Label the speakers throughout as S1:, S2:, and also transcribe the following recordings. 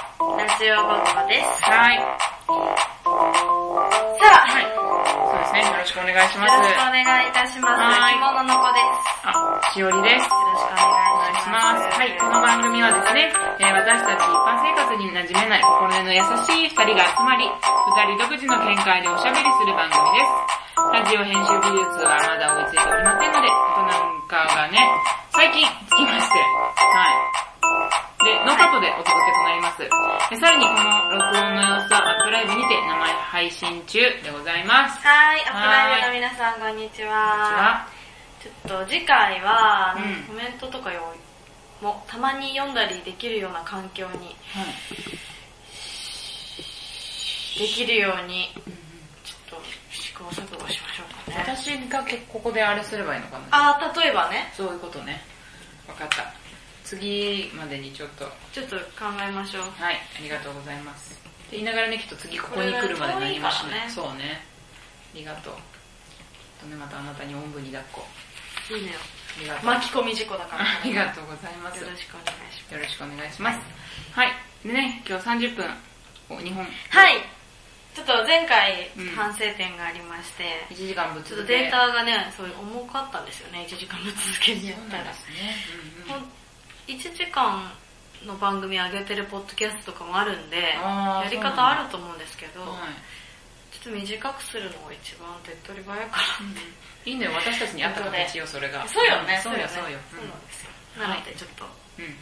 S1: ジオ動画です。さあ、
S2: はい。はい。そうですね。よろしくお願いします
S1: よ。ろしくお願いいたします。
S2: は
S1: 着
S2: い
S1: 物の子です。
S2: あ、しおりです。
S1: よろしくお
S2: お
S1: 願
S2: 願
S1: い
S2: い
S1: し
S2: し
S1: ま。
S2: ますす。はい、この番組はですね、えー私たち一般生活に馴染めない心根の優しい二人が集まり、二人独自の見解でおしゃべりする番組です。ラジオ編集技術はまだ追いついておりませんので、大人なんかがね、最近つきまして、はい。で、ノーカットでお届けとなります。でさらにこの録音の様子はアップライブにて生配信中でございます。
S1: はい、アップライブの皆さん、こんにち
S2: こち
S1: は。
S2: ら
S1: ちょっと次回は、
S2: うん
S1: コメントとかよもたまに読んだりできるような環境にできるように、ちょっと試行錯誤しましょうかね。
S2: 私が結構ここであれすればいいのかな
S1: あー、例えばね、
S2: そういうことね。わかった。次までにちょっと、は
S1: ちょっと考えましょう。
S2: い、ありがとうございます。って言いながらね、きっと次ここに来るまで
S1: これが遠
S2: 何
S1: い
S2: も
S1: か
S2: し
S1: らね
S2: ない。そうね。ありがとう。あとね、またあなたにおんぶに抱っこ。
S1: いいのよ。
S2: ありがとう。
S1: 巻き込み事故だから。
S2: ありがとうございます。
S1: よ
S2: よ
S1: ろしくお願いしま
S2: ろしくお願いします。はい。でね、今日30分、お日本、
S1: す。はい。ちょっと前回
S2: うん
S1: 反省点がありまして、
S2: 1時間ぶっ
S1: ちょっ
S2: 続
S1: と
S2: け。
S1: データがね、そういう重かったんですよね、1時間も続けにやっ
S2: そう
S1: た
S2: なん
S1: ら
S2: で。すね。うんうん
S1: ほん1時間の番組上げてるポッドキャストとかもあるんで、
S2: あー
S1: やり方あると思うんですけど、
S2: はい
S1: ちょっと短くするのが一番手っ取り早いかなって。
S2: いいんだよ、私たちに合った形よ、それが。
S1: そうよね、
S2: そうよ、
S1: そ
S2: そうう
S1: よ
S2: よ
S1: ね。そうなんですよ。
S2: はい
S1: なのでちょっと。
S2: うんうん。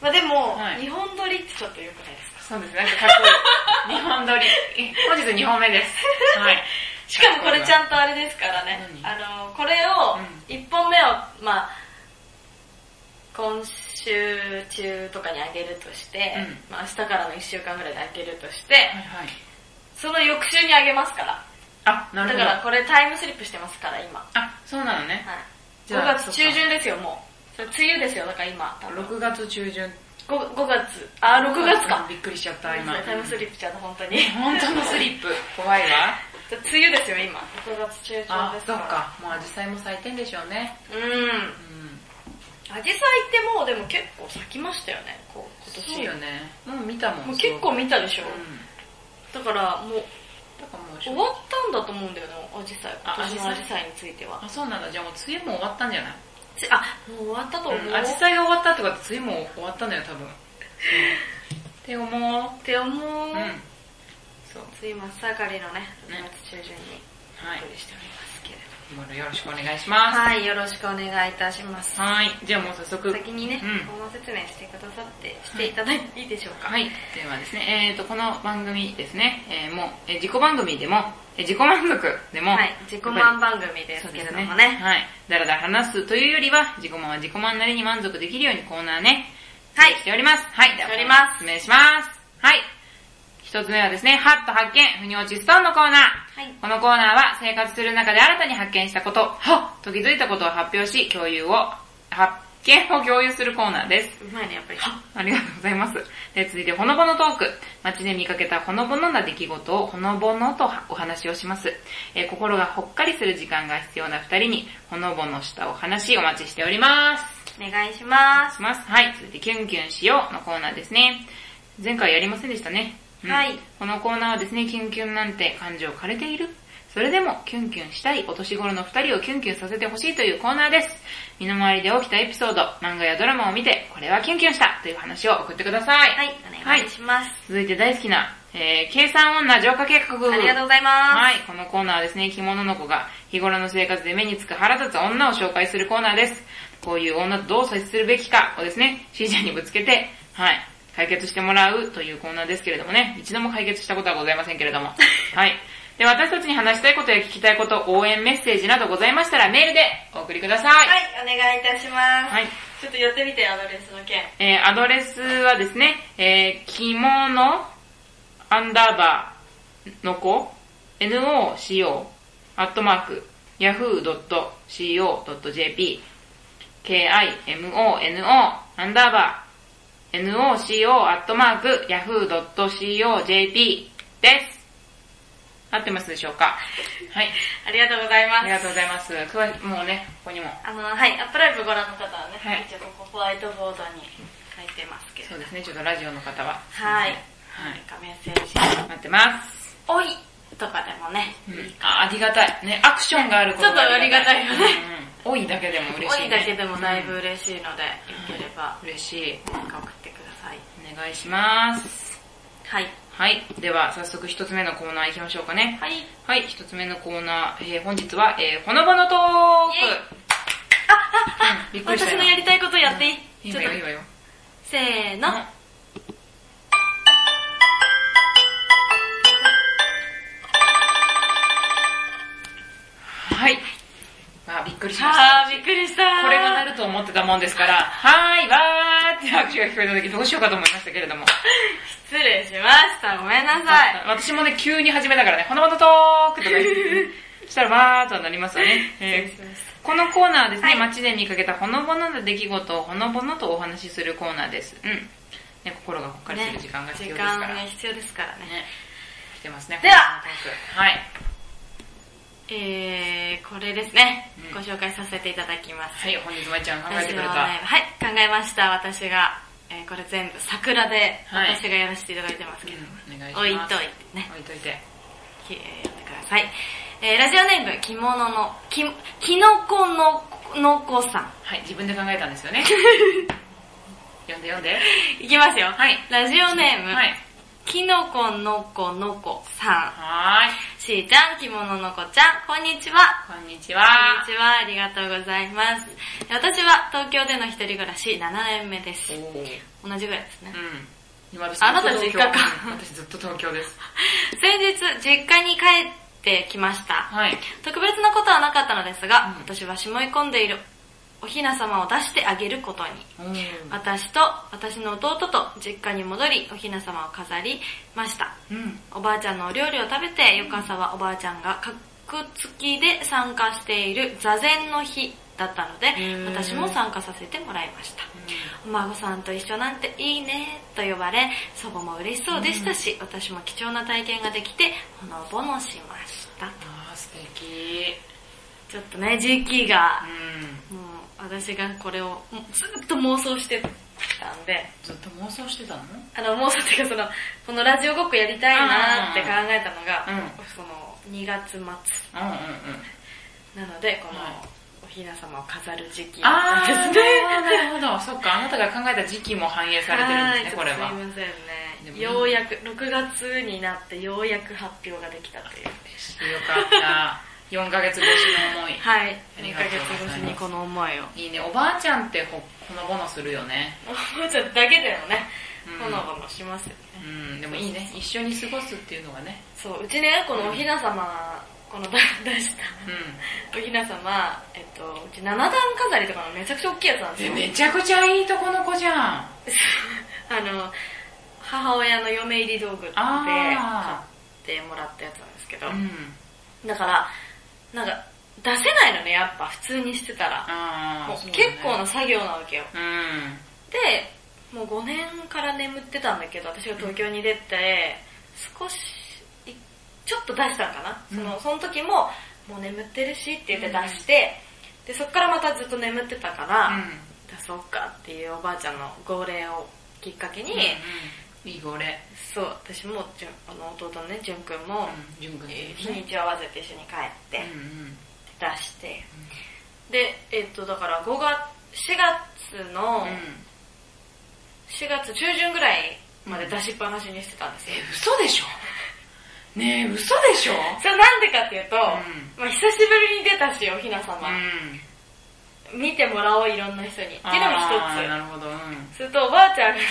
S1: まあでも、
S2: はい
S1: 日本撮りってちょっと良くないですか
S2: そうですね、なんかかっこいい。日本撮り。え本日2本目です。はい。
S1: しかもこれちゃんとあれですからね。あの、これを
S2: うん、
S1: 1本目を、まあ今週中とかにあげるとして、
S2: う
S1: まあ明日からの1週間ぐらいであげるとして、
S2: はいはい。
S1: その翌週にあげますから。
S2: あ、な
S1: だ
S2: る
S1: か
S2: ほど。
S1: らこれタイムスリップしてますから、今。はい。
S2: あ、そうなのね。じ
S1: 5
S2: ゃあ
S1: 月中旬ですよ、もう。それ梅雨ですよ、だから今。多分
S2: 6月中旬。
S1: 5, 5月。あ、6月
S2: う
S1: か
S2: ん。びっくりしちゃった、今。
S1: タイムスリップちゃんと本当に。
S2: 本当のスリップ。怖いわ。
S1: じゃあ梅雨ですよ、今。6月中旬ですから
S2: あ、。そっ。か。もうアジサイも咲いてんでしょうね。
S1: うん
S2: う。ん。
S1: アジサイってもうでも結構咲きましたよね、こう今年。
S2: そうよね。もう見たもん。
S1: もう結構
S2: 見
S1: 見たでしょ。
S2: た。うん。
S1: だからもう
S2: だからもうし
S1: 終
S2: ょう
S1: わったんだと思うんだよね、アジサイ。今
S2: あ
S1: 年のア
S2: ア
S1: ジ
S2: ジ
S1: サイについては。
S2: あ、そうなんだ。じゃあもう梅雨も終わったんじゃない
S1: つあ、もう終わったと思う。
S2: うん。アジサイが終わったってことは梅雨も終わったんだよ、多分。うんって思 う。
S1: って思う。
S2: うん。そう。
S1: つい真っ盛りのね、
S2: ね
S1: 6月中旬にお
S2: はい
S1: 送。りしておりますけれど
S2: 今度よろしくお願いします。
S1: はい、よろしくお願いいたします。
S2: はい。じゃあもう早速。
S1: 先にね、
S2: うん
S1: この説明してくださって、していただいていいでしょうか。
S2: はい。ではですね、えっ、と、この番組ですね、えーもう、えー自己番組でも、えー自己満足でも、
S1: はい、自己満番組ですけれどもね。
S2: はい。だらだら話すというよりは、自己満は自己満なりに満足できるようにコーナーね、
S1: はい
S2: しております。はい。で
S1: し
S2: は
S1: ております
S2: 説明します。はい。一つ目はですね、ハッと発見、腑に落ちストーンのコーナー。
S1: はい
S2: このコーナーは生活する中で新たに発見したこと、はっと気づいたことを発表し、共有を、発見を共有するコーナーです。
S1: うまいね、やっぱり。は
S2: ありがとうございます。で続いて、ほのぼのトーク。街で見かけたほのぼのな出来事をほのぼのとお話をします。えー心がほっかりする時間が必要な二人に、ほのぼのしたお話お待ちしております。
S1: お願いします。
S2: します。はい、続いて、キュンキュンしようのコーナーですね。前回やりませんでしたね。うん
S1: はい。
S2: このコーナーはですね、キュンキュンなんて感情枯れているそれでもキュンキュンしたいお年頃の二人をキュンキュンさせてほしいというコーナーです。身の回りで起きたエピソード、漫画やドラマを見て、これはキュンキュンしたという話を送ってください。
S1: はい、お願いします。
S2: 続いて大好きな、えー、計算女浄化計画。
S1: ありがとうございます。
S2: はい、このコーナーはですね、着物の子が日頃の生活で目につく腹立つ女を紹介するコーナーです。こういう女とどう接するべきかをですね、しーちゃんにぶつけて、はい、解決してもらうというコーナーですけれどもね、一度も解決したことはございませんけれ ども。はい。で、私たちに話したいことや聞きたいこと、応援メッセージなどございましたらメールでお送りください。
S1: はい、お願いいたします。
S2: はい
S1: ちょっと寄ってみて、アドレスの件。
S2: えー、アドレスはですね、えー、着物アンダーバーの子 noco アットマーク yahoo.co.jp kimono アンダーバー noco アットマーク yahoo.co.jp です。合ってますでしょうかはい。
S1: ありがとうございます。
S2: ありがとうございます。詳しもうね、ここにも。
S1: あの、はい、アップライブご覧の方はね、
S2: はい
S1: 一応ここホワイトボードに書いてますけれ
S2: そ
S1: ど
S2: う。ですね、ちょっとラジオの方は。
S1: はい。
S2: はい。
S1: メッセージ、
S2: 待ってます。
S1: おいとかでもね、
S2: う
S1: いい
S2: ん、あありがたい。ね、アクションがあることが
S1: ちょっとありがたいよね。
S2: うんうん多いだけでも嬉しい、
S1: おい
S2: ね。
S1: だけでもだいぶ嬉しいので、よければ、
S2: 嬉しい。
S1: なんか送ってください。
S2: お願いします。
S1: はい。
S2: はい。では、早速一つ目のコーナー行きましょうかね。
S1: はい。
S2: はい、一つ目のコーナー、えー本日は、えーほのぼのトー
S1: イェイ
S2: ク。うん、びっくりした
S1: 私の
S2: 今。
S1: やりたいことやっていい
S2: いい
S1: ちょ
S2: わ
S1: っと
S2: よ、いい、わよ。
S1: せーの。
S2: うんはい。あ、びっくりしました。
S1: あー、びっくりした
S2: これがなると思ってたもんですから、はーい、わーって拍手が聞こえた時どうしようかと思いましたけれども。
S1: 失礼しました。ごめんなさい。
S2: 私もね、急に始めたからね、ほのぼのトークとか言 って、そしたらわーっとなりますよね。えー
S1: 失礼しまし
S2: このコーナーはですね、
S1: はい
S2: 街で見かけたほのぼのな出来事をほのぼのとお話しするコーナーです。うん。ね、心がほったかりする時間が必要ですから。
S1: 時間が
S2: ね、
S1: 必要ですからね。
S2: 来てますね。
S1: では
S2: ほのぼのトークはい。
S1: えー、これですね
S2: う。ん
S1: ご紹介させていただきます。
S2: はい、本日まいちゃん考え
S1: 私
S2: てくれ
S1: は
S2: た。
S1: ね、はい、考えました、私が。えー、これ全部桜で、
S2: はい
S1: 私がやらせていただいてますけど。
S2: うんお願いします。
S1: 置いといてね。
S2: 置いといて。
S1: きえーやってください。えー、ラジオネーム、着物の、き、きのこの、のこさん。
S2: はい、自分で考えたんです よね。読んで読んで。
S1: いきますよ。
S2: はい
S1: ラジオネーム、
S2: はい。
S1: きのこのこのこさん。
S2: は
S1: しーちゃん、着物のこちゃん、こんにちは。
S2: ーい。こんにち
S1: こ
S2: は
S1: ん。にちは、ありがとうございます。私は東京での一人暮らし7年目です。
S2: おー
S1: 同じぐらいですね
S2: う。ん。今私
S1: あなた実家か
S2: うん私ずっと東京です。
S1: 先日、実家に帰ってきました。
S2: はい。
S1: 特別なことはなかったのですが、
S2: うん
S1: 私はしもい込んでいるおひな様を出してあげることに。
S2: うん。
S1: 私と私の弟と実家に戻り、おひな様を飾りました。
S2: うん。
S1: おばあちゃんのお料理を食べて、翌朝はおばあちゃんが格付きで参加している座禅の日だったので
S2: ー、
S1: 私も参加させてもらいました。お孫さんと一緒なんていいねと呼ばれ、祖母も嬉しそうでしたし、私も貴重な体験ができて、ほのぼのしました。
S2: あー、素敵。
S1: ちょっとね、時期が
S2: う、ん。
S1: もう私がこれをもうずっと妄想してたんで、
S2: ずっと妄想してたの
S1: あの、妄想っていうかその、このラジオごっこやりたいなって考えたのが、
S2: う
S1: その、2月末
S2: うんうんうん。
S1: なので、この
S2: はい、
S1: おひな様を飾る時期
S2: あ
S1: なん
S2: ー、
S1: ですね。
S2: なるほど。そっか、あなたが考えた時期も反映されてるんですね、これは。
S1: はいちょっとすいま
S2: で
S1: せん
S2: も
S1: ね。
S2: ね
S1: ようやく、6月になってようやく発表ができたという。
S2: よかった。4ヶ月越しの思い。
S1: はい。
S2: あ
S1: 2
S2: り
S1: ヶ
S2: がとう
S1: 月
S2: ございます
S1: 越しにこの思いを。
S2: いいね、おばあちゃんってほほのぼのするよね。
S1: おもちゃだけでもね
S2: うん、
S1: ほのぼのしますよね。
S2: うん、でもいいね。一緒に過ごすっていうのがね。
S1: そう、うちね、このおひな様、このだ出した、
S2: う
S1: おひな様、えっと、うち7段飾りとかのめちゃくちゃ大きいやつなんです
S2: ん。
S1: よ。
S2: めちゃくちゃいいとこの子じゃん。
S1: あの、母親の嫁入り道具で買
S2: あ
S1: ってもらったやつなんですけど
S2: う、ん。
S1: だから、なんか、出せないのね、やっぱ普通にしてたら。
S2: ああ、
S1: もう
S2: そうだね
S1: 結構な作業なわけよ。
S2: うん。
S1: で、もう5年から眠ってたんだけど、私が東京に出て、少し、いちょっと出したのかな、
S2: うん
S1: その、その時も、もう眠ってるしって言って出して、で、そっからまたずっと眠ってたから、出そうかっていうおばあちゃんの号令をきっかけに、
S2: うん。いい号令。
S1: そう、私も、じゅんあの、弟のね、淳くんも、
S2: うん。順君
S1: えー日にちを合わせて一緒に帰って、
S2: うん
S1: 出して、で、えっと、だから5月、4月の、
S2: うん。うん。
S1: 4月中旬ぐらいまで出しっぱなしにしてたんですよ。
S2: 嘘でしょねえ、嘘でしょ
S1: それなんでかっていうと、
S2: ん
S1: まあ、久しぶりに出たし、おひな様、
S2: ん。
S1: 見てもらおう、いろんな人に。っていうの
S2: あー
S1: も一
S2: なるほど。うん。
S1: つ。するとおばあちゃんがね、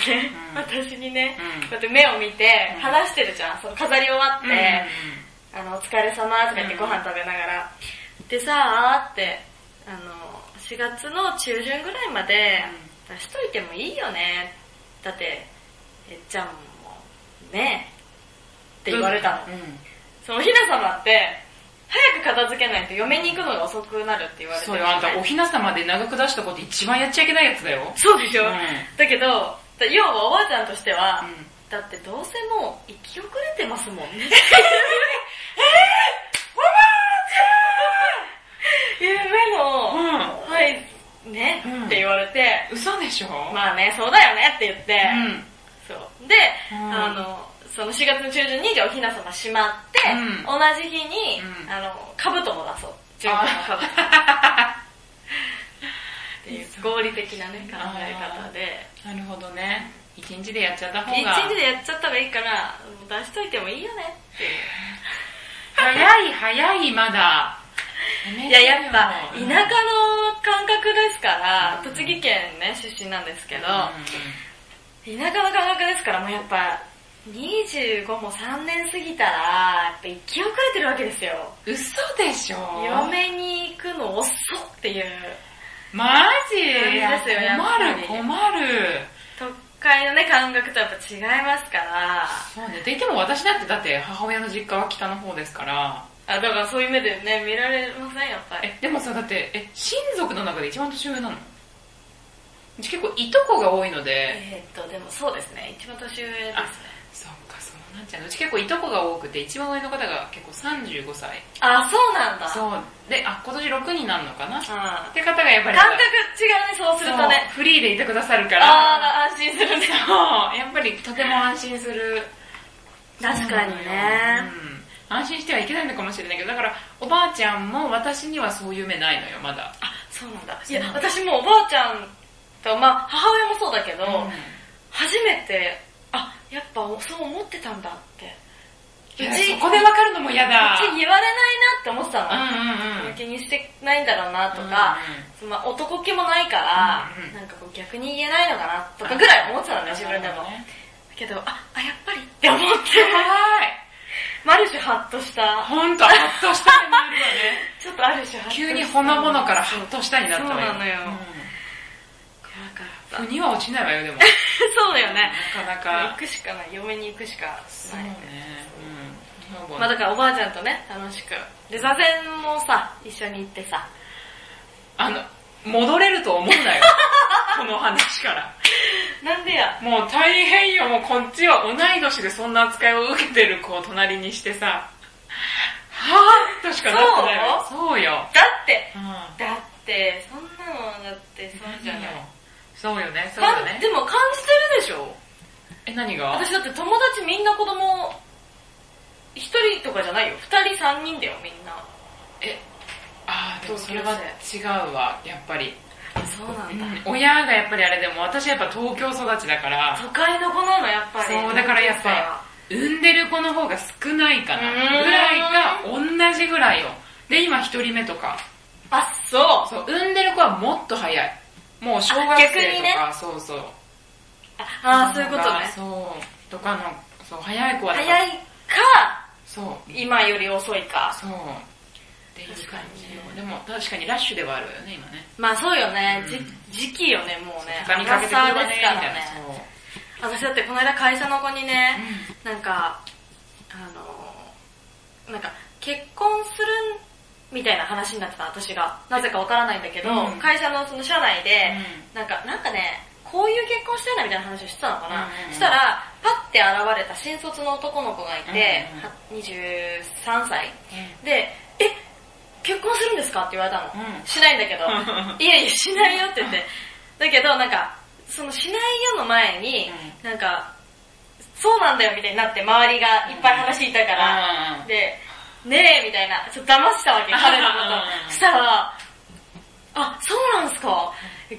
S2: うん
S1: 私にね、
S2: う
S1: こ
S2: ん
S1: うやって目を見て
S2: う、ん
S1: 話してるじゃん。その飾り終わって、
S2: う
S1: あの、お疲れ様とか言ってご飯食べながら。でさあって、あの、4月の中旬ぐらいまで出しといてもいいよね。だって、えっちゃんもね、って言われたの。
S2: ん。うん。
S1: そのひな様って、早く片付けないと嫁に行くのが遅くなるって言われて
S2: そう
S1: る
S2: よ、あんたおひなさまで長く出したこと一番やっちゃいけないやつだよ。
S1: そうでしょ、
S2: うん
S1: だけど、だ要はおばあちゃんとしては、
S2: うん
S1: だってどうせもう生き遅れてますも んね。 えぇ、おばあちゃん夢の、
S2: う
S1: はい、ね、
S2: うん
S1: って言われて、
S2: ん。嘘でしょ
S1: まあね、そうだよねって言って、
S2: うん。
S1: そう。で、
S2: うん
S1: あの、その4月の中旬に、じゃあおひな様しまって、
S2: うん
S1: 同じ日に、
S2: うん
S1: あの、兜も出そう。純子の兜。っていう合理的なね、考え方で。
S2: なるほどね。一日でやっちゃった方
S1: 一
S2: が。
S1: 日でやっちゃった方がいいから、もう出しといてもいいよねっていう。
S2: 早い早い、まだ。
S1: いや、やっぱ、田舎
S2: うん
S1: の感覚ですから、栃木県ね、出身なんですけど、田舎の感覚ですから、もうやっぱ、25も3年過ぎたら、やっぱ生き遅れてるわけですよ。
S2: 嘘でしょ
S1: 嫁に行くの遅っっていう、
S2: マジ
S1: いやですよやっ
S2: 困
S1: ぱ
S2: る
S1: り
S2: 困る。
S1: 都会のね、感覚とやっぱ違いますから、
S2: そうね。で、でも私だってだって母親の実家は北の方ですから。
S1: あ、だからそういう目でね、見られません、やっぱり。
S2: え、でもさ、だって、え、親族の中で一番年上なのうち結構いとこが多いので、
S1: えーっと、でもそうですね、一番年上ですね。
S2: そっか、そうなっちゃうの。うち結構いとこが多くて、一番上の方が結構35歳。
S1: あ、そうなんだ。
S2: そう。で、あ、今年6になるのかなっ
S1: うん。感
S2: て方がやっぱり。
S1: 覚違うね、そうすると
S2: そう
S1: ね。
S2: フリーでいてくださるから。
S1: あー、安心するね。
S2: そう。やっぱりとても安心する。
S1: 確かに
S2: う
S1: ね。
S2: ん。安心してはいけないのかもしれないけど、だから、おばあちゃんも私にはそういう目ないのよ、まだ。
S1: あ、そうなんだ。いや、私もおばあちゃんと、まあ母親もそうだけど、
S2: うん
S1: 初めて、あ、やっぱそう思ってたんだって。
S2: いや
S1: うち
S2: そこでわかるのも嫌だ。
S1: うち言われないなって思って
S2: うんう
S1: たの。
S2: んうん。
S1: 気にしてないんだろうなとか、まあ男気もないから、
S2: うんうん
S1: なんかこう逆に言えないのかなとかぐらい思ってたのね、自分でも。
S2: 怖
S1: だ
S2: い。
S1: けど、あ、あ、やっぱりって思 って、まあある種ハッとした。
S2: ほんと、ハッとしたにな るわね。
S1: ちょっとある種ハッとした。
S2: 急にほのぼのから
S1: そ
S2: ハ
S1: う
S2: ッとしたになったわ
S1: そうなのよだから
S2: うん腑には落ちないわよ、でも。
S1: そうだよね。
S2: なかな
S1: 行
S2: か。
S1: くしかない。嫁に行くしか
S2: そう
S1: ない。
S2: ね。うん。
S1: まあだからおばあちゃんとね、楽しく。で、座禅もさ、一緒に行ってさ。
S2: あの、戻れると思う なよ。この話から。
S1: なんでや。
S2: もう大変よ、もうこっちは同い年でそんな扱いを受けてる子を隣にしてさ、はぁとしかなってないよ。そうよ。
S1: だって、
S2: うん。
S1: だって、そんなの、だって、そうじゃない。
S2: そうよね、そう
S1: か
S2: よ
S1: ん
S2: ね。
S1: でも感じてるでしょ
S2: え、何が
S1: 私だって友達みんな子供、一人とかじゃないよ。二人三人だよ、みんな。
S2: え、あー、でもそれは
S1: 同
S2: 違うわ、やっぱり。
S1: そうな
S2: うん
S1: だ。
S2: ん、親がやっぱりあれでも、私はやっぱ東京育ちだから、
S1: 都会の子なの、やっぱり。
S2: そうだからやっぱ産んでる子の方が少ないかな、
S1: う
S2: ぐ
S1: ーん
S2: らいか、同じぐらいよ。で、今一人目とか。
S1: あ、そう。
S2: そう、産んでる子はもっと早い。もう小学
S1: あ逆
S2: 生
S1: に
S2: と
S1: ね
S2: か、そうそう。
S1: ああ、そういうことね。
S2: そう、とかの、そう、早い子はだから
S1: 早いか、
S2: そう、
S1: 今より遅いか。
S2: そう。っていう
S1: 確か
S2: 感
S1: に
S2: じ
S1: ね
S2: よ。でも確かにラッシュではあるわよね、今ね。
S1: まあそうよね、
S2: うん
S1: じ時期よね、もうね。
S2: 畳みかけてくる
S1: ア
S2: わ
S1: ラサー
S2: ね、
S1: です
S2: み
S1: か
S2: た
S1: ら
S2: いな。
S1: ね。
S2: そう
S1: 私だってこの間会社の子にね、なんか、あのー、なんか結婚するみたいな話になってた、私が。なぜかわからないんだけど、
S2: うん
S1: 会社のその社内で、
S2: う
S1: なんか、なんかね、こういう結婚したいなみたいな話をしてたのかな。
S2: うんうんうん
S1: したら、パッて現れた新卒の男の子がいて、
S2: うんうん
S1: は23歳。で、え、結婚するんですかって言われたの。
S2: うん
S1: しないんだけど。 いやいや、しないよって言って。だけど、なんか、そのしないよの前に、なんか、そうなんだよみたいになって、周りがいっぱい話聞いたから、
S2: うん
S1: で、ねえみたいな、ちょっと騙したわけ、彼のこ
S2: うん
S1: と。したら、あ、そうなんすか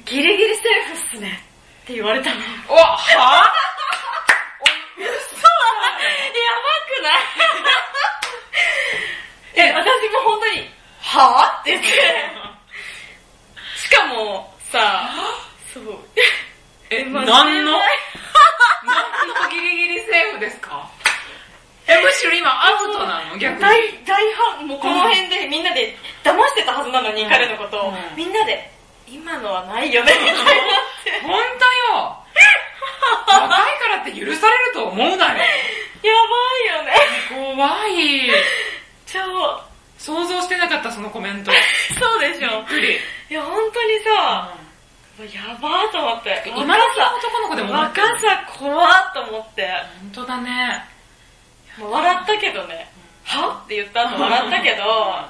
S1: ギリギリセーフっすね。って言われたの。やば
S2: うわ、はぁ
S1: くない え、私も本当に、はぁって言って、 しかも、さ、そう。
S2: え、
S1: ま
S2: 何
S1: あ
S2: の何
S1: 知ら
S2: の
S1: ない
S2: ギリギリセーフですかえ、むしろ今アウトなの逆に。
S1: 大、大半、もうこの辺でみんなで騙してたはずなのに、
S2: うん
S1: 彼のことを、
S2: うん
S1: みんなで、今のはないよね、みたいになって。
S2: 本当よ若いからって許されると思うなよ。
S1: やばいよね。
S2: 怖い。
S1: 超、
S2: 想像してなかったそのコメント。
S1: そうでしょ
S2: びっ。くり。
S1: いや、本当にさ、もうやばーと思って。
S2: 今の男の子でも
S1: 若さ、若さ怖ーと思って。
S2: 本当だね。
S1: もう笑ったけどね、はって言った後笑ったけど、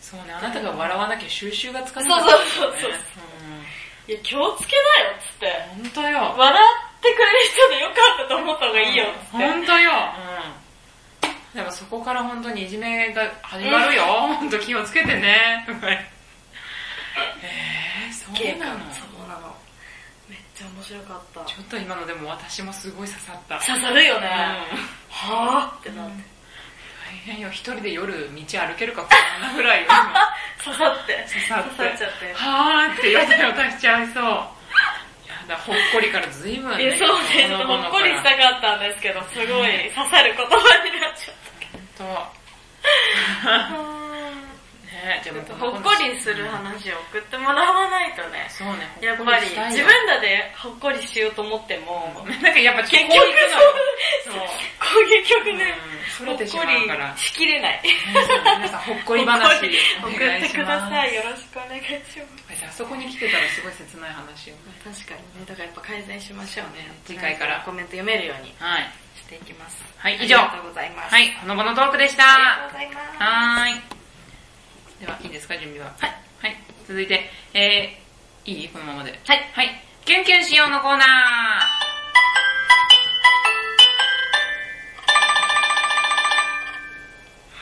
S2: そうね、あなたが笑わなきゃ収拾がつかない、
S1: そうそうそうそう
S2: うん
S1: いや、気をつけなよ、つって。
S2: 本当よ。
S1: 笑ってくれる人でよかったと思った方がいいよっつって。
S2: ほんとよ。うん。でもそこから本当にいじめが始まるよ。ほんと気をつけてね。えー、そうなの
S1: そうなの。めっちゃ面白かった。
S2: ちょっと今のでも私もすごい刺さった。
S1: 刺さるよね。
S2: うん
S1: はぁってなって。
S2: 大変よ、一人で夜道歩けるか不安なぐらいよ。今
S1: 刺さって。
S2: 刺さって。
S1: っちゃって。
S2: はーってよたよたしちゃいそう。やだ、ほっこりからずいぶん
S1: えそうね、ちょっとほっこりしたかったんですけど、すごい刺さる言葉になっちゃった
S2: と。ねじ
S1: ち
S2: ゃあも
S1: ょ
S2: う
S1: っと
S2: こ
S1: ほ
S2: の
S1: っこりする話を送ってもらわないとね、
S2: そうね、
S1: やっぱり
S2: したい
S1: 自
S2: よ
S1: 分らでほっこりしようと思っても、
S2: なんかやっぱ
S1: 結
S2: 結
S1: 局
S2: そう。
S1: こういう曲ね、
S2: うん
S1: ほっこ
S2: それてしまうから
S1: りしきれない。
S2: そう皆さん、ほっこり
S1: ほ
S2: 話。
S1: っこり送ってください。よろしくお願いしま
S2: あそこに来てたらすごい切ない話を。
S1: す。確かにね、だからやっぱ改善しましょうね。
S2: 次回から
S1: コメント読めるように
S2: はい。
S1: していきます。
S2: はい以上
S1: ありがとうございます。
S2: はい、ほのぼのトークでした。
S1: ありがとうございます。
S2: はーい。では、いいですか、準備は。はい。はい。続いて、えー、いいこのままで。
S1: はい
S2: はい。キュンキュンしようのコーナー。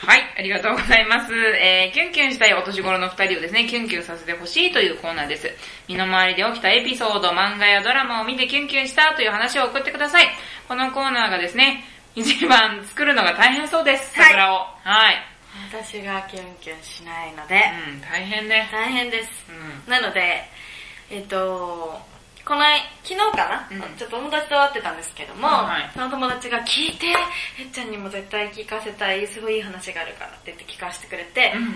S2: はい、ありがとうございます。えー、キュンキュンしたいお年頃の二人をですね、キュンキュンさせてほしいというコーナーです。身の回りで起きたエピソード、漫画やドラマを見てキュンキュンしたという話を送ってください。このコーナーがですね、一番作るのが大変そうです。
S1: はい
S2: 桜を。はい。
S1: 私がキュンキュンしないので、
S2: うん、大変ね。
S1: 大変です。
S2: うん。
S1: なので、えっと、この、昨日かな、
S2: うん
S1: ちょっと友達と会ってたんですけども、
S2: はい
S1: その友達が聞いて、えっちゃんにも絶対聞かせたい、すごいいい話があるからって言って聞かせてくれて、は
S2: う
S1: っ
S2: ん。
S1: っ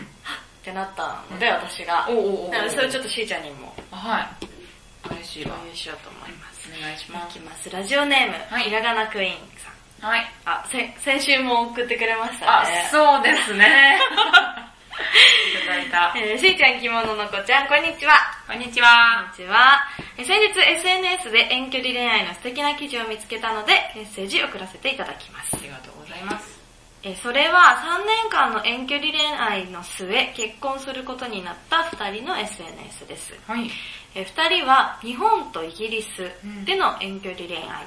S1: てなったので、私が。
S2: おうおうおう
S1: なのでそれをちょっとしーちゃんにも
S2: はい。嬉しいわ。
S1: 共有しようと思います。
S2: お願いし
S1: い
S2: ます
S1: き。ます。ラジオネーム、
S2: はい
S1: ひらがなクイーンさん。
S2: はい。
S1: あ、せ先週も送ってくれました
S2: あ
S1: ね。、
S2: そうですね。 いただいた。
S1: えー、しーちゃん着物の子ちゃん、こんにちは。
S2: こんにちは。
S1: こんにちは。え先日 SNS で遠距離恋愛の素敵な記事を見つけたので、メッセージ送らせていただきます
S2: あ。りがとうございます。
S1: えそれは3年間の遠距離恋愛の末、結婚することになった2人の SNS です。
S2: はい。
S1: え2人は日本とイギリスでの遠距離恋愛。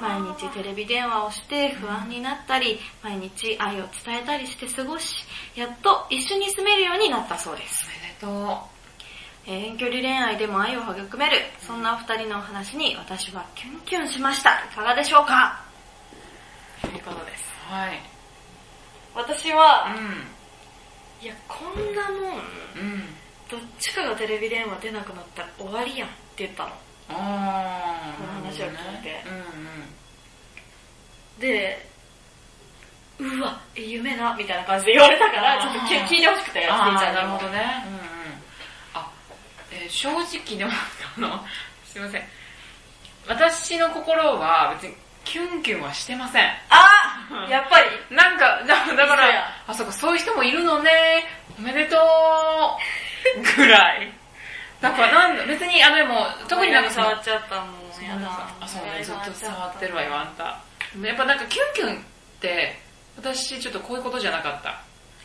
S1: 毎日テレビ電話をして不安になったり、毎日愛を伝えたりして過ごし、やっと一緒に住めるようになったそうです。
S2: おめでと
S1: えー遠距離恋愛でも愛を育める、そんなお二人のお話に私はキュンキュンしました。いかがでしょうかということです。
S2: う。はい。
S1: 私は、
S2: う
S1: いや、こんなもん、
S2: ん。うん。
S1: どっちかがテレビ電話出なくなったら終わりやんって言ったの。
S2: あー。
S1: この話を聞いて
S2: うんうん。
S1: で、うわ、え夢な、みたいな感じで言われたから、ちょっと聞
S2: あー
S1: 聞いてほしくて、やってい
S2: あ
S1: ちゃ
S2: ー、
S1: ん
S2: なる
S1: にも
S2: ほどね。うんうん。あ、えー正直でも、あの、 すいません。私の心は別にキュンキュンはしてません。
S1: あやっぱり、
S2: なんか、 だだか
S1: 嘘や
S2: ら、あ、そうか、そういう人もいるのね、おめでとう、 ぐらい。だから、なんだ、別に、あの、でも、特になんかその
S1: 触っちゃったも
S2: そ
S1: ん、
S2: う
S1: やだ。
S2: あ、そうね、ずっと触ってるわよ、あんた。でもやっぱなんか、キュンキュンって、私、ちょっとこういうことじゃなかった。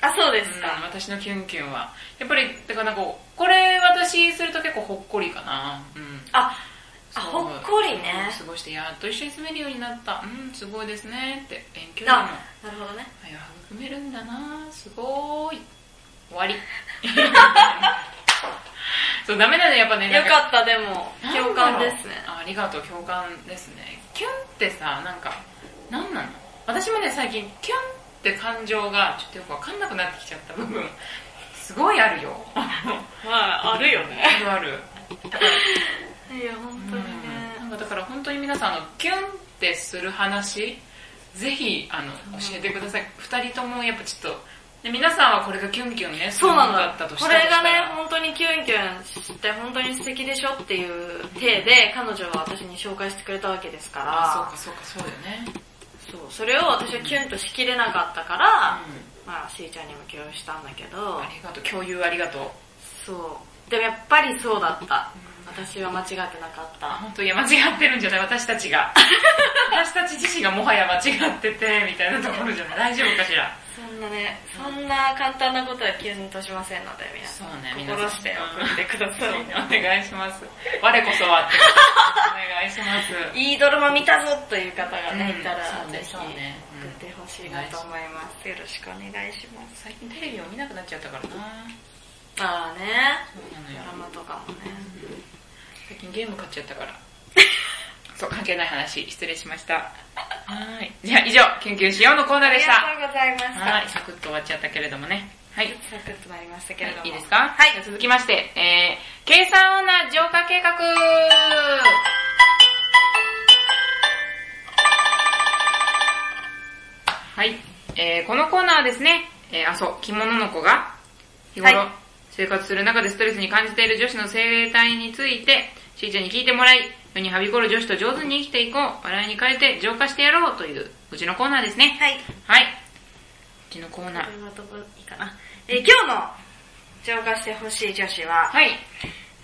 S1: あ、そうで
S2: う
S1: す
S2: ん、
S1: か。
S2: 私のキュンキュンは。やっぱり、だからなんか、これ、私すると結構ほっこりかな。うん。
S1: あ、あ、
S2: そう
S1: ほっこりね。
S2: 過ごして、やっと一緒に住めるようになった。うん、すごいですね、って、勉強にも。
S1: あ、なるほどね。
S2: いや、含めるんだなすごーい。終 わり。そう、ダメだね、やっぱね。
S1: よ
S2: なん
S1: かった、でも、
S2: なんだろう
S1: 共感ですね。
S2: あありがとう、共感ですね。キュンってさ、なんか、なんなの私もね、最近、キュンって感情が、ちょっとよくわかんなくなってきちゃった部分、すごいあるよ。
S1: ま あ、あるよね。
S2: あるある。
S1: いや、本当にね。
S2: なんかだから本当に皆さん、あの、キュンってする話、ぜひ、あの、教えてください。二人ともやっぱちょっと、で皆さんはこれがキュンキュンね、
S1: そうな
S2: す
S1: の
S2: るもだったとした
S1: こ
S2: ら
S1: れがね、本当にキュンキュンして、本当に素敵でしょっていう体で、彼女は私に紹介してくれたわけですか
S2: あ、
S1: ら、
S2: そうかそうか、そうだよね。
S1: そうそれを私はキュンとしきれなかったから、まあ、しーちゃんにも共有したんだけど
S2: あ、りがとう、共有ありがとう。
S1: そう。でもやっぱりそうだった。
S2: うん
S1: 私は間違ってなかった。
S2: 本当いや、間違ってるんじゃない私たちが。 私たち自身がもはや間違ってて、みたいなところじゃない大丈夫かしら。
S1: そんなね、そんな簡単なことはキュンとしませんので、皆さん。
S2: そうね、皆さ
S1: 心
S2: ん
S1: して送ってください。
S2: お願いします。我こそはって。願いします。
S1: いいドラマ見たぞという方がね、
S2: うん
S1: いたら、
S2: そうね
S1: ぜひ
S2: そ
S1: 送
S2: うねうん
S1: ってほしいなと思います。よろしくお願いします。
S2: 最近テレビを見なくなっちゃったからな。
S1: ああね、
S2: そうなの
S1: ド
S2: よ
S1: ラ。マとかもね。
S2: 最近ゲーム買っちゃっ たから。そう、関係ない話、失礼しました。はい。じゃあ以上、研究しようのコーナー
S1: あ
S2: で
S1: り
S2: し
S1: が
S2: た。
S1: とうございました。
S2: はい、サクッと終わっちゃったけれどもね。はい。はい
S1: サクッとなりましたけれども。
S2: いいですか
S1: はい。
S2: じゃあ続きまして、えー、計算女浄化計画はい。えー、このコーナーはですね、えー、あ、そう、着物の子が、日頃、
S1: はい
S2: 生活する中でストレスに感じている女子の生態について、しーちゃんに聞いてもらい、世にはびこる女子と上手に生きていこう、笑いに変えて浄化してやろうという、うちのコーナーですね。
S1: はい。
S2: はい。うちのコーナ
S1: こ
S2: ー。
S1: れはどこいいかな。えー今日の浄化してほしい女子は、
S2: はい。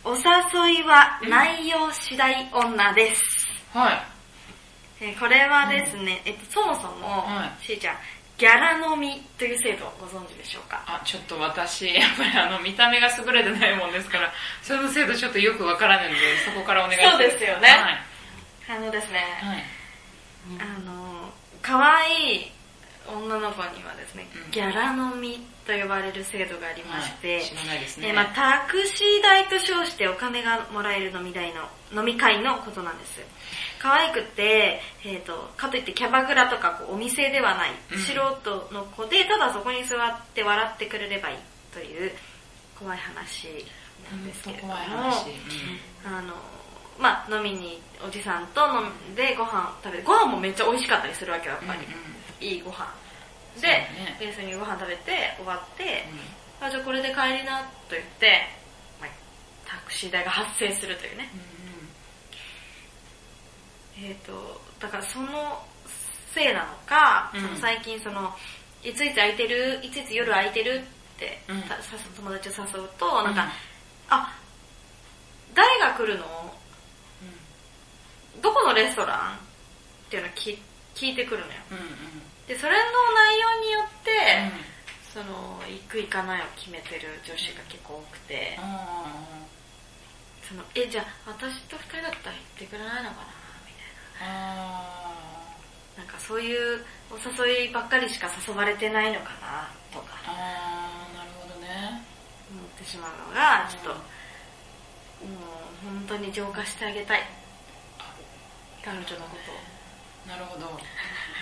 S1: お誘いは内容次第女です。
S2: はい。
S1: えーこれはですね、えっと、そもそも、
S2: は
S1: しーちゃん、ギャラ飲みという制度をご存知でしょうか
S2: あ、ちょっと私、やっぱりあの、見た目が優れてないもんですから、その制度ちょっとよくわからないので、そこからお願いします。
S1: そうですよね
S2: はい。
S1: あのですね、
S2: はい。
S1: あの、可愛い女の子にはですね、
S2: うん
S1: ギャラ飲みと呼ばれる制度がありまして、
S2: はい知らないですね。
S1: えーまあ、タクシー代と称してお金がもらえる飲み代の、飲み会のことなんです。可愛くて、えっ、と、かといってキャバクラとかこうお店ではない、
S2: うん
S1: 素人の子で、ただそこに座って笑ってくれればいいという怖い話なんですけれども、
S2: 本当怖い話。うん
S1: あの、まあ飲みに、おじさんと飲んでご飯食べて、ご飯もめっちゃ美味しかったりするわけよ、やっぱり。いいご飯。で、
S2: そうね
S1: ベースにご飯食べて終わって、
S2: うんうん
S1: あ、じゃあこれで帰りなと言って、まあ、タクシー代が発生するというね。えっ、と、だからそのせいなのか、
S2: うん
S1: その最近その、いついつ空いてる、いついつ夜空いてるって、
S2: うん
S1: たさ友達を誘うと、なんか、
S2: うん
S1: あ、誰が来るのどこのレストランっていうのを聞聞いてくるのよ。
S2: うんうんうん
S1: で、それの内容によって、そ
S2: うん
S1: の、行く行かないを決めてる女子が結構多くて、
S2: あ
S1: そのえじゃあ私と二人だったら行ってくれないのかなみたい
S2: ーあ
S1: ななんかそういうお誘いばっかりしか誘われてないのかなと
S2: ー
S1: か
S2: あーなるほどね。
S1: 思ってしまうのがちょっと
S2: うん
S1: もう本当に浄化してあげたい彼女のことを
S2: なるほど。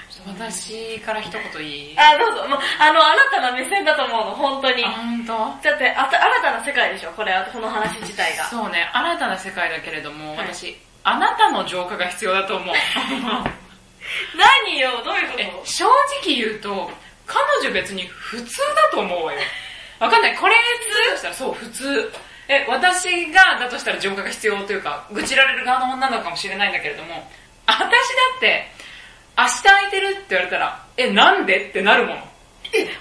S2: ちょっと私から一言いい
S1: あどうぞもうあの新たな目線だと思うの本当に
S2: あ、本当
S1: だってあた新たな世界でしょこれこの話自体が
S2: そうね、新たな世界だけれども、
S1: い
S2: 私、あなたの浄化が必要だと思う。
S1: 何よどういうこ
S2: え
S1: と
S2: 正直言うと、彼女別に普通だと思うわよ。わかんない。これ普通としたらそう、普通。え、私が、だとしたら浄化が必要というか、愚痴られる側の女なのかもしれないんだけれども、私だって、明日空いてるって言われたら、え、なんでってなるもの。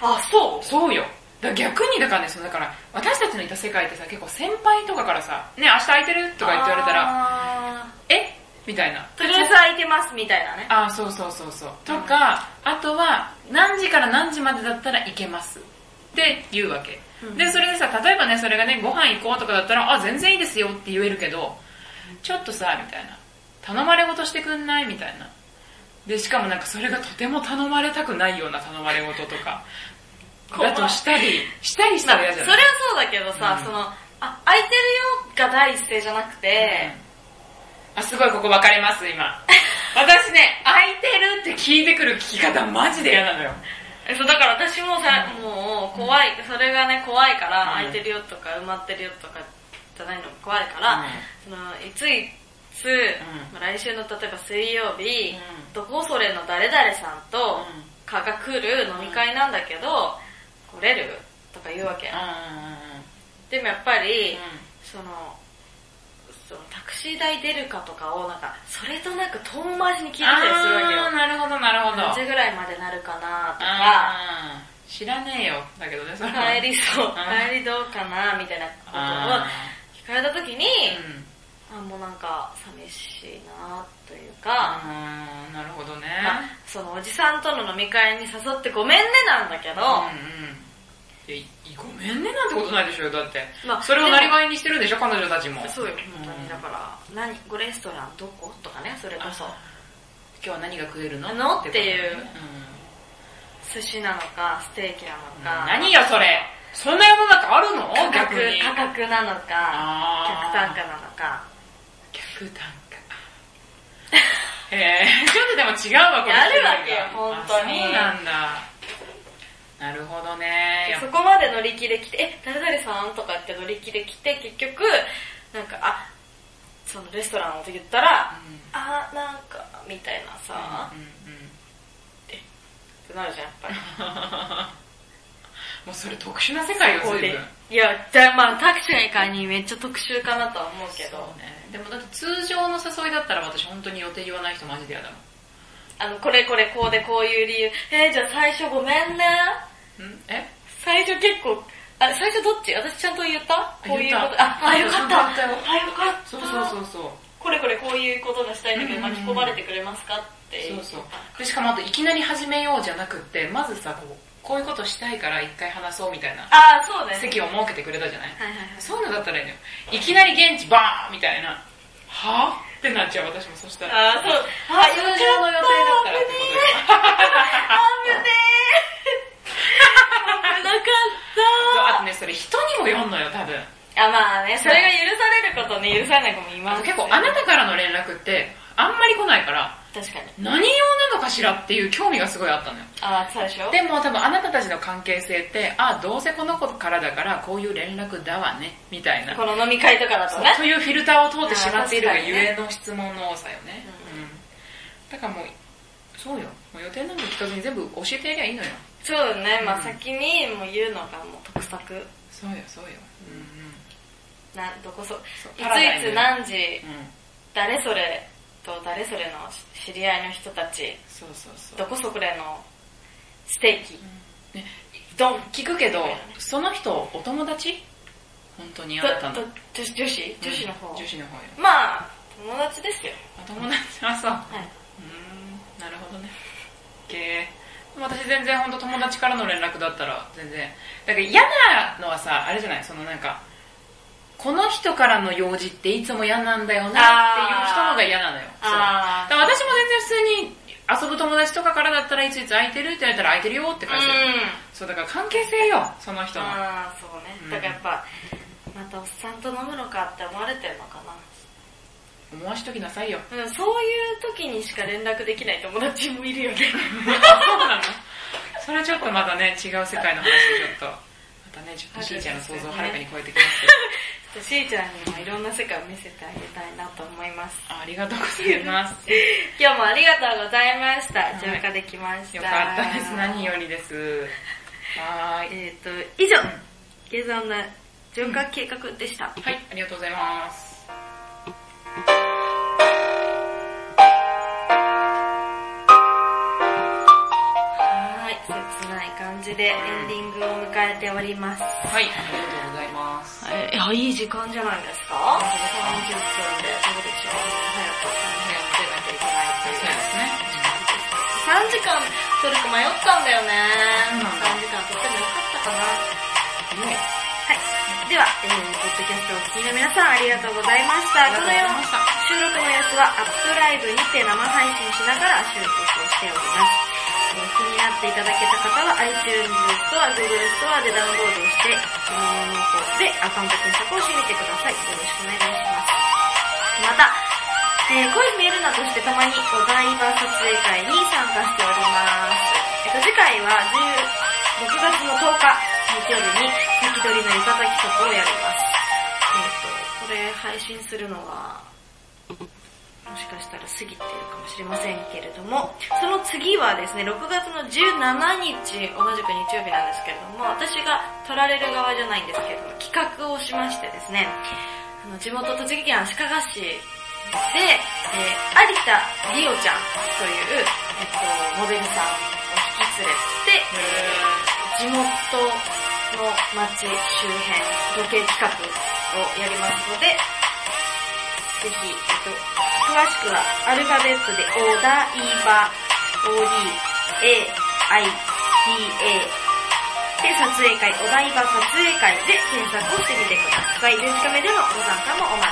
S1: あそう
S2: そうよ。だから逆にだからね、そのだから、私たちのいた世界ってさ、結構先輩とかからさ、ね、明日空いてるとか言って言われたら、
S1: ら
S2: えみたいな。
S1: とりあえず空いてますみたいなね
S2: あ、そうそうそうそう。とか、あとは、何時から何時までだったら行けます。って言うわけ
S1: う。ん
S2: で、それでさ、例えばね、それがね、ご飯行こうとかだったら、あ、全然いいですよって言えるけど、ちょっとさ、みたいな。頼まれ事してくんないみたいな。で、しかもなんかそれがとても頼まれたくないような頼まれ事とか、
S1: 怖い
S2: だとしたり、したりし
S1: ま
S2: た
S1: あ
S2: ら嫌
S1: そ
S2: じ
S1: れは
S2: ゃない
S1: そうだけどさ、
S2: うん
S1: その、あ、空いてるよが第一声じゃなくて、
S2: あ、すごいここ分かれま す、今。私ね、空いてるって聞いてくる聞き方マジで嫌なのよ。
S1: えそうだから私もさ、もう怖い、それがね、怖いから、
S2: うん
S1: 空いてるよとか埋まってるよとかじゃないの怖いから、その、いついつ、まあ来週の例えば水曜日、
S2: うん
S1: どこそれの誰々さんと、かが来る飲み会なんだけど、来れるとか言うわけ。でもやっぱり、その、そのタクシー代出るかとかをなんか、それとなく遠回しに聞いてたりするわけよ
S2: あー。なるほど、なるほど。
S1: 何時ぐらいまでなるかなとか、
S2: あー知らねえよ。だけどね、それは。
S1: 帰りそう、
S2: あー
S1: 帰りどうかなみたいなことを
S2: あ
S1: 聞かれた時に、
S2: ーうん
S1: あ、もうなんか寂しいなという
S2: あ
S1: か、
S2: ーなるほどね。
S1: まあそのおじさんとの飲み会に誘ってごめんねなんだけど、
S2: うんうんいやいごめんねなんてことないでしょだって。
S1: まあ
S2: それをなりわいにしてるんでしょ彼女たちも。
S1: そうよ、本当に。だから、何、ごレストランどことかね、それこそ。
S2: 今日は何が食えるの
S1: のって
S2: い
S1: いうう
S2: ことだよね
S1: 寿司なのか、ステーキなの
S2: うん
S1: か。
S2: 何よそれそんな世の中あるの
S1: 価
S2: 逆
S1: 格
S2: に。
S1: 価格なのか、
S2: あ
S1: 客
S2: ー
S1: 単価なのか。
S2: 逆単価。へえ ちょっとでも違うわ、これ。
S1: やるわけよ本当に
S2: あそうなんだ。なるほどね。
S1: そこまで乗り気で来て、え、誰々さんとかって乗り気で来て、結局、なんか、あ、そのレストランを言ったら、
S2: うん
S1: あ、なんか、みたいなさ、
S2: うんうんうん
S1: ってなるじゃん、やっぱり。
S2: もうそれ特殊な世界よ、
S1: こう
S2: 随
S1: でい
S2: 分。。
S1: や、じゃあまあ、タクシー会にめっちゃ特集かなとは思うけ
S2: そ
S1: ど、
S2: うね。でもだって通常の誘いだったら私本当に予定言わない人マジで嫌だも
S1: あの、これこれこうでこういう理由、えーじゃあ最初ごめんね。
S2: ん。んえ
S1: 最初結構、あ、最初どっち私ちゃんと言ったこういうこ
S2: 言っ
S1: と、
S2: た
S1: あ、あ、よかった。
S2: 言ったよ
S1: あ、よかった。
S2: そうそうそうそう。
S1: これこれこういうことがしたいんだけど
S2: うんうんうん
S1: 巻き込まれてくれますかって。
S2: そうそう。で、しかもあといきなり始めようじゃなくって、まずさ、こう、こういうことしたいから一回話そうみたいな
S1: ああ、そうね。
S2: 席を設けてくれたじゃない
S1: はいはいはい。
S2: そういうのだったらいいのよ。いきなり現地バーンみたいな。はぁってなっちゃう、私もそしたら。
S1: ああ、そう。
S2: あ通常の予定だったらってことよ。
S1: 危ねえ。危なか
S2: そうあ
S1: っ
S2: とね、それ人にもよんのよ、多分。
S1: た。あ、まあね、それが許されることね、許されない子もい
S2: あ
S1: ま
S2: の
S1: す。
S2: 結構あなたからの連絡ってあんまり来ないから
S1: 確かに。
S2: 何用なのかしらっていう興味がすごいあったのよ。
S1: ああ、そうでしょ
S2: でも多分あなたたちの関係性って、あ、どうせこの子からだからこういう連絡だわね、みたいな。
S1: この飲み会とかだとね。
S2: というフィルターを通ってしまっている
S1: あ
S2: が
S1: ー確
S2: ゆ
S1: かにね
S2: えの質問の多さよね。
S1: う
S2: うんだからもう、そうよ。もう予定なんか聞かずに全部教えてやりゃいいのよ。
S1: そうね、ま
S2: うん
S1: あ先にもう言うのがもう得策。
S2: そうよ、そうよ。
S1: な、どこそ、い
S2: そう
S1: ついつ何時
S2: う、んうん。うん。
S1: 誰それと誰それの知り合いの人たち、
S2: そうそうそう。
S1: どこそこれのステーキ、
S2: ね
S1: ドン、
S2: 聞くけど、その人、お友達本当にあ
S1: ど
S2: なたの。
S1: ど女子女子女子の方、
S2: うん女子の方よ。
S1: まあ、友達ですよ。
S2: あ友達はそう。
S1: はい。
S2: うーん、なるほどね。けー私全然本当友達からの連絡だったら全然。だから嫌なのはさ、あれじゃないそのなんか、この人からの用事っていつも嫌なんだよなっていう人のが嫌なのよ。そうだ
S1: あ
S2: から私も全然普通に遊ぶ友達とかからだったらいついつ空いてるって言われたら空いてるよって
S1: ー。う
S2: 感じ、
S1: ん。
S2: そうだから関係性よ、その人の。
S1: あー、そうね
S2: う。ん
S1: だからやっぱ、またおっさんと飲むのかって思われてるのかな。
S2: 思わしときなさいよ。
S1: うん、そういう時にしか連絡できない友達もいるよね。
S2: そうなのそれはちょっとまだね、違う世界の話でちょっと、またね、ちょっとしーちゃんの想像をはるかに超えてきますけど。
S1: ちょっとしーちゃんにもいろんな世界を見せてあげたいなと思います。
S2: ありがとうございます。
S1: 今日もありがとうございました。
S2: い
S1: 浄化できました。
S2: よかったです。何よりです。はーい。
S1: えっ、と、以上、下山の循環計画でした。
S2: はい、ありがとうございます。
S1: はーい、切ない感じでエンディングを迎えております。
S2: はい、ありがとうございます。
S1: えいや、いい時間じゃないですか ?30 分で、どうでしょう
S2: やってなきゃいけないそうですね。
S1: 早く。3時間取るか迷ったんだよね。
S2: うん
S1: 3時間取ってもよかったかな。
S2: ね
S1: はい。では、えー、ポッドキャストをお聞きの皆さんありがとうございました。
S2: ありがとう
S1: この
S2: ござい
S1: よ
S2: ま
S1: う
S2: した。
S1: 収録の様子はアップライブにて生配信しながら収録をしております。えー気になっていただけた方は iTunes ストア、Google ストアでダウンロードして、そのままの方でアカウント検索をしてみてください。よろしくお願いします。また、えー、恋メールなどしてたまにお台場撮影会に参加しております。えっと、次回は10 6月の10日日曜日に先取りの浴衣企画をやります。えっと、これ配信するのは、もしかしたら過ぎてるかもしれませんけれども、その次はですね、6月の17日、同じく日曜日なんですけれども、私が取られる側じゃないんですけれども、企画をしましてですね、あの地元栃木県足利市で、えー、有田りおちゃんという、えっと、モデルさんを引き連れて、地元の町周辺模型企画をやりますので、ぜひ、えっと、詳しくはアルファベットで、おだいば、おり、え、あい、い、え、で、撮影会、お台場撮影会で検索をしてみてください。デジカメでのご参加もお待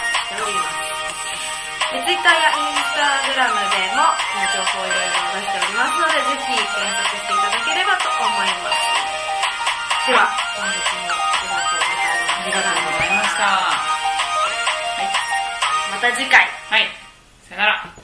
S1: ちしております。で、Twitter や Instagram でも、えー情報をいろいろ出しておりますので、ぜひ検索していただければと思います。では、本日もあり
S2: あり
S1: が
S2: が
S1: とう
S2: と
S1: ござ
S2: うご
S1: い
S2: ざい
S1: まし。
S2: ましたた。
S1: また次回。
S2: はい。さよなら。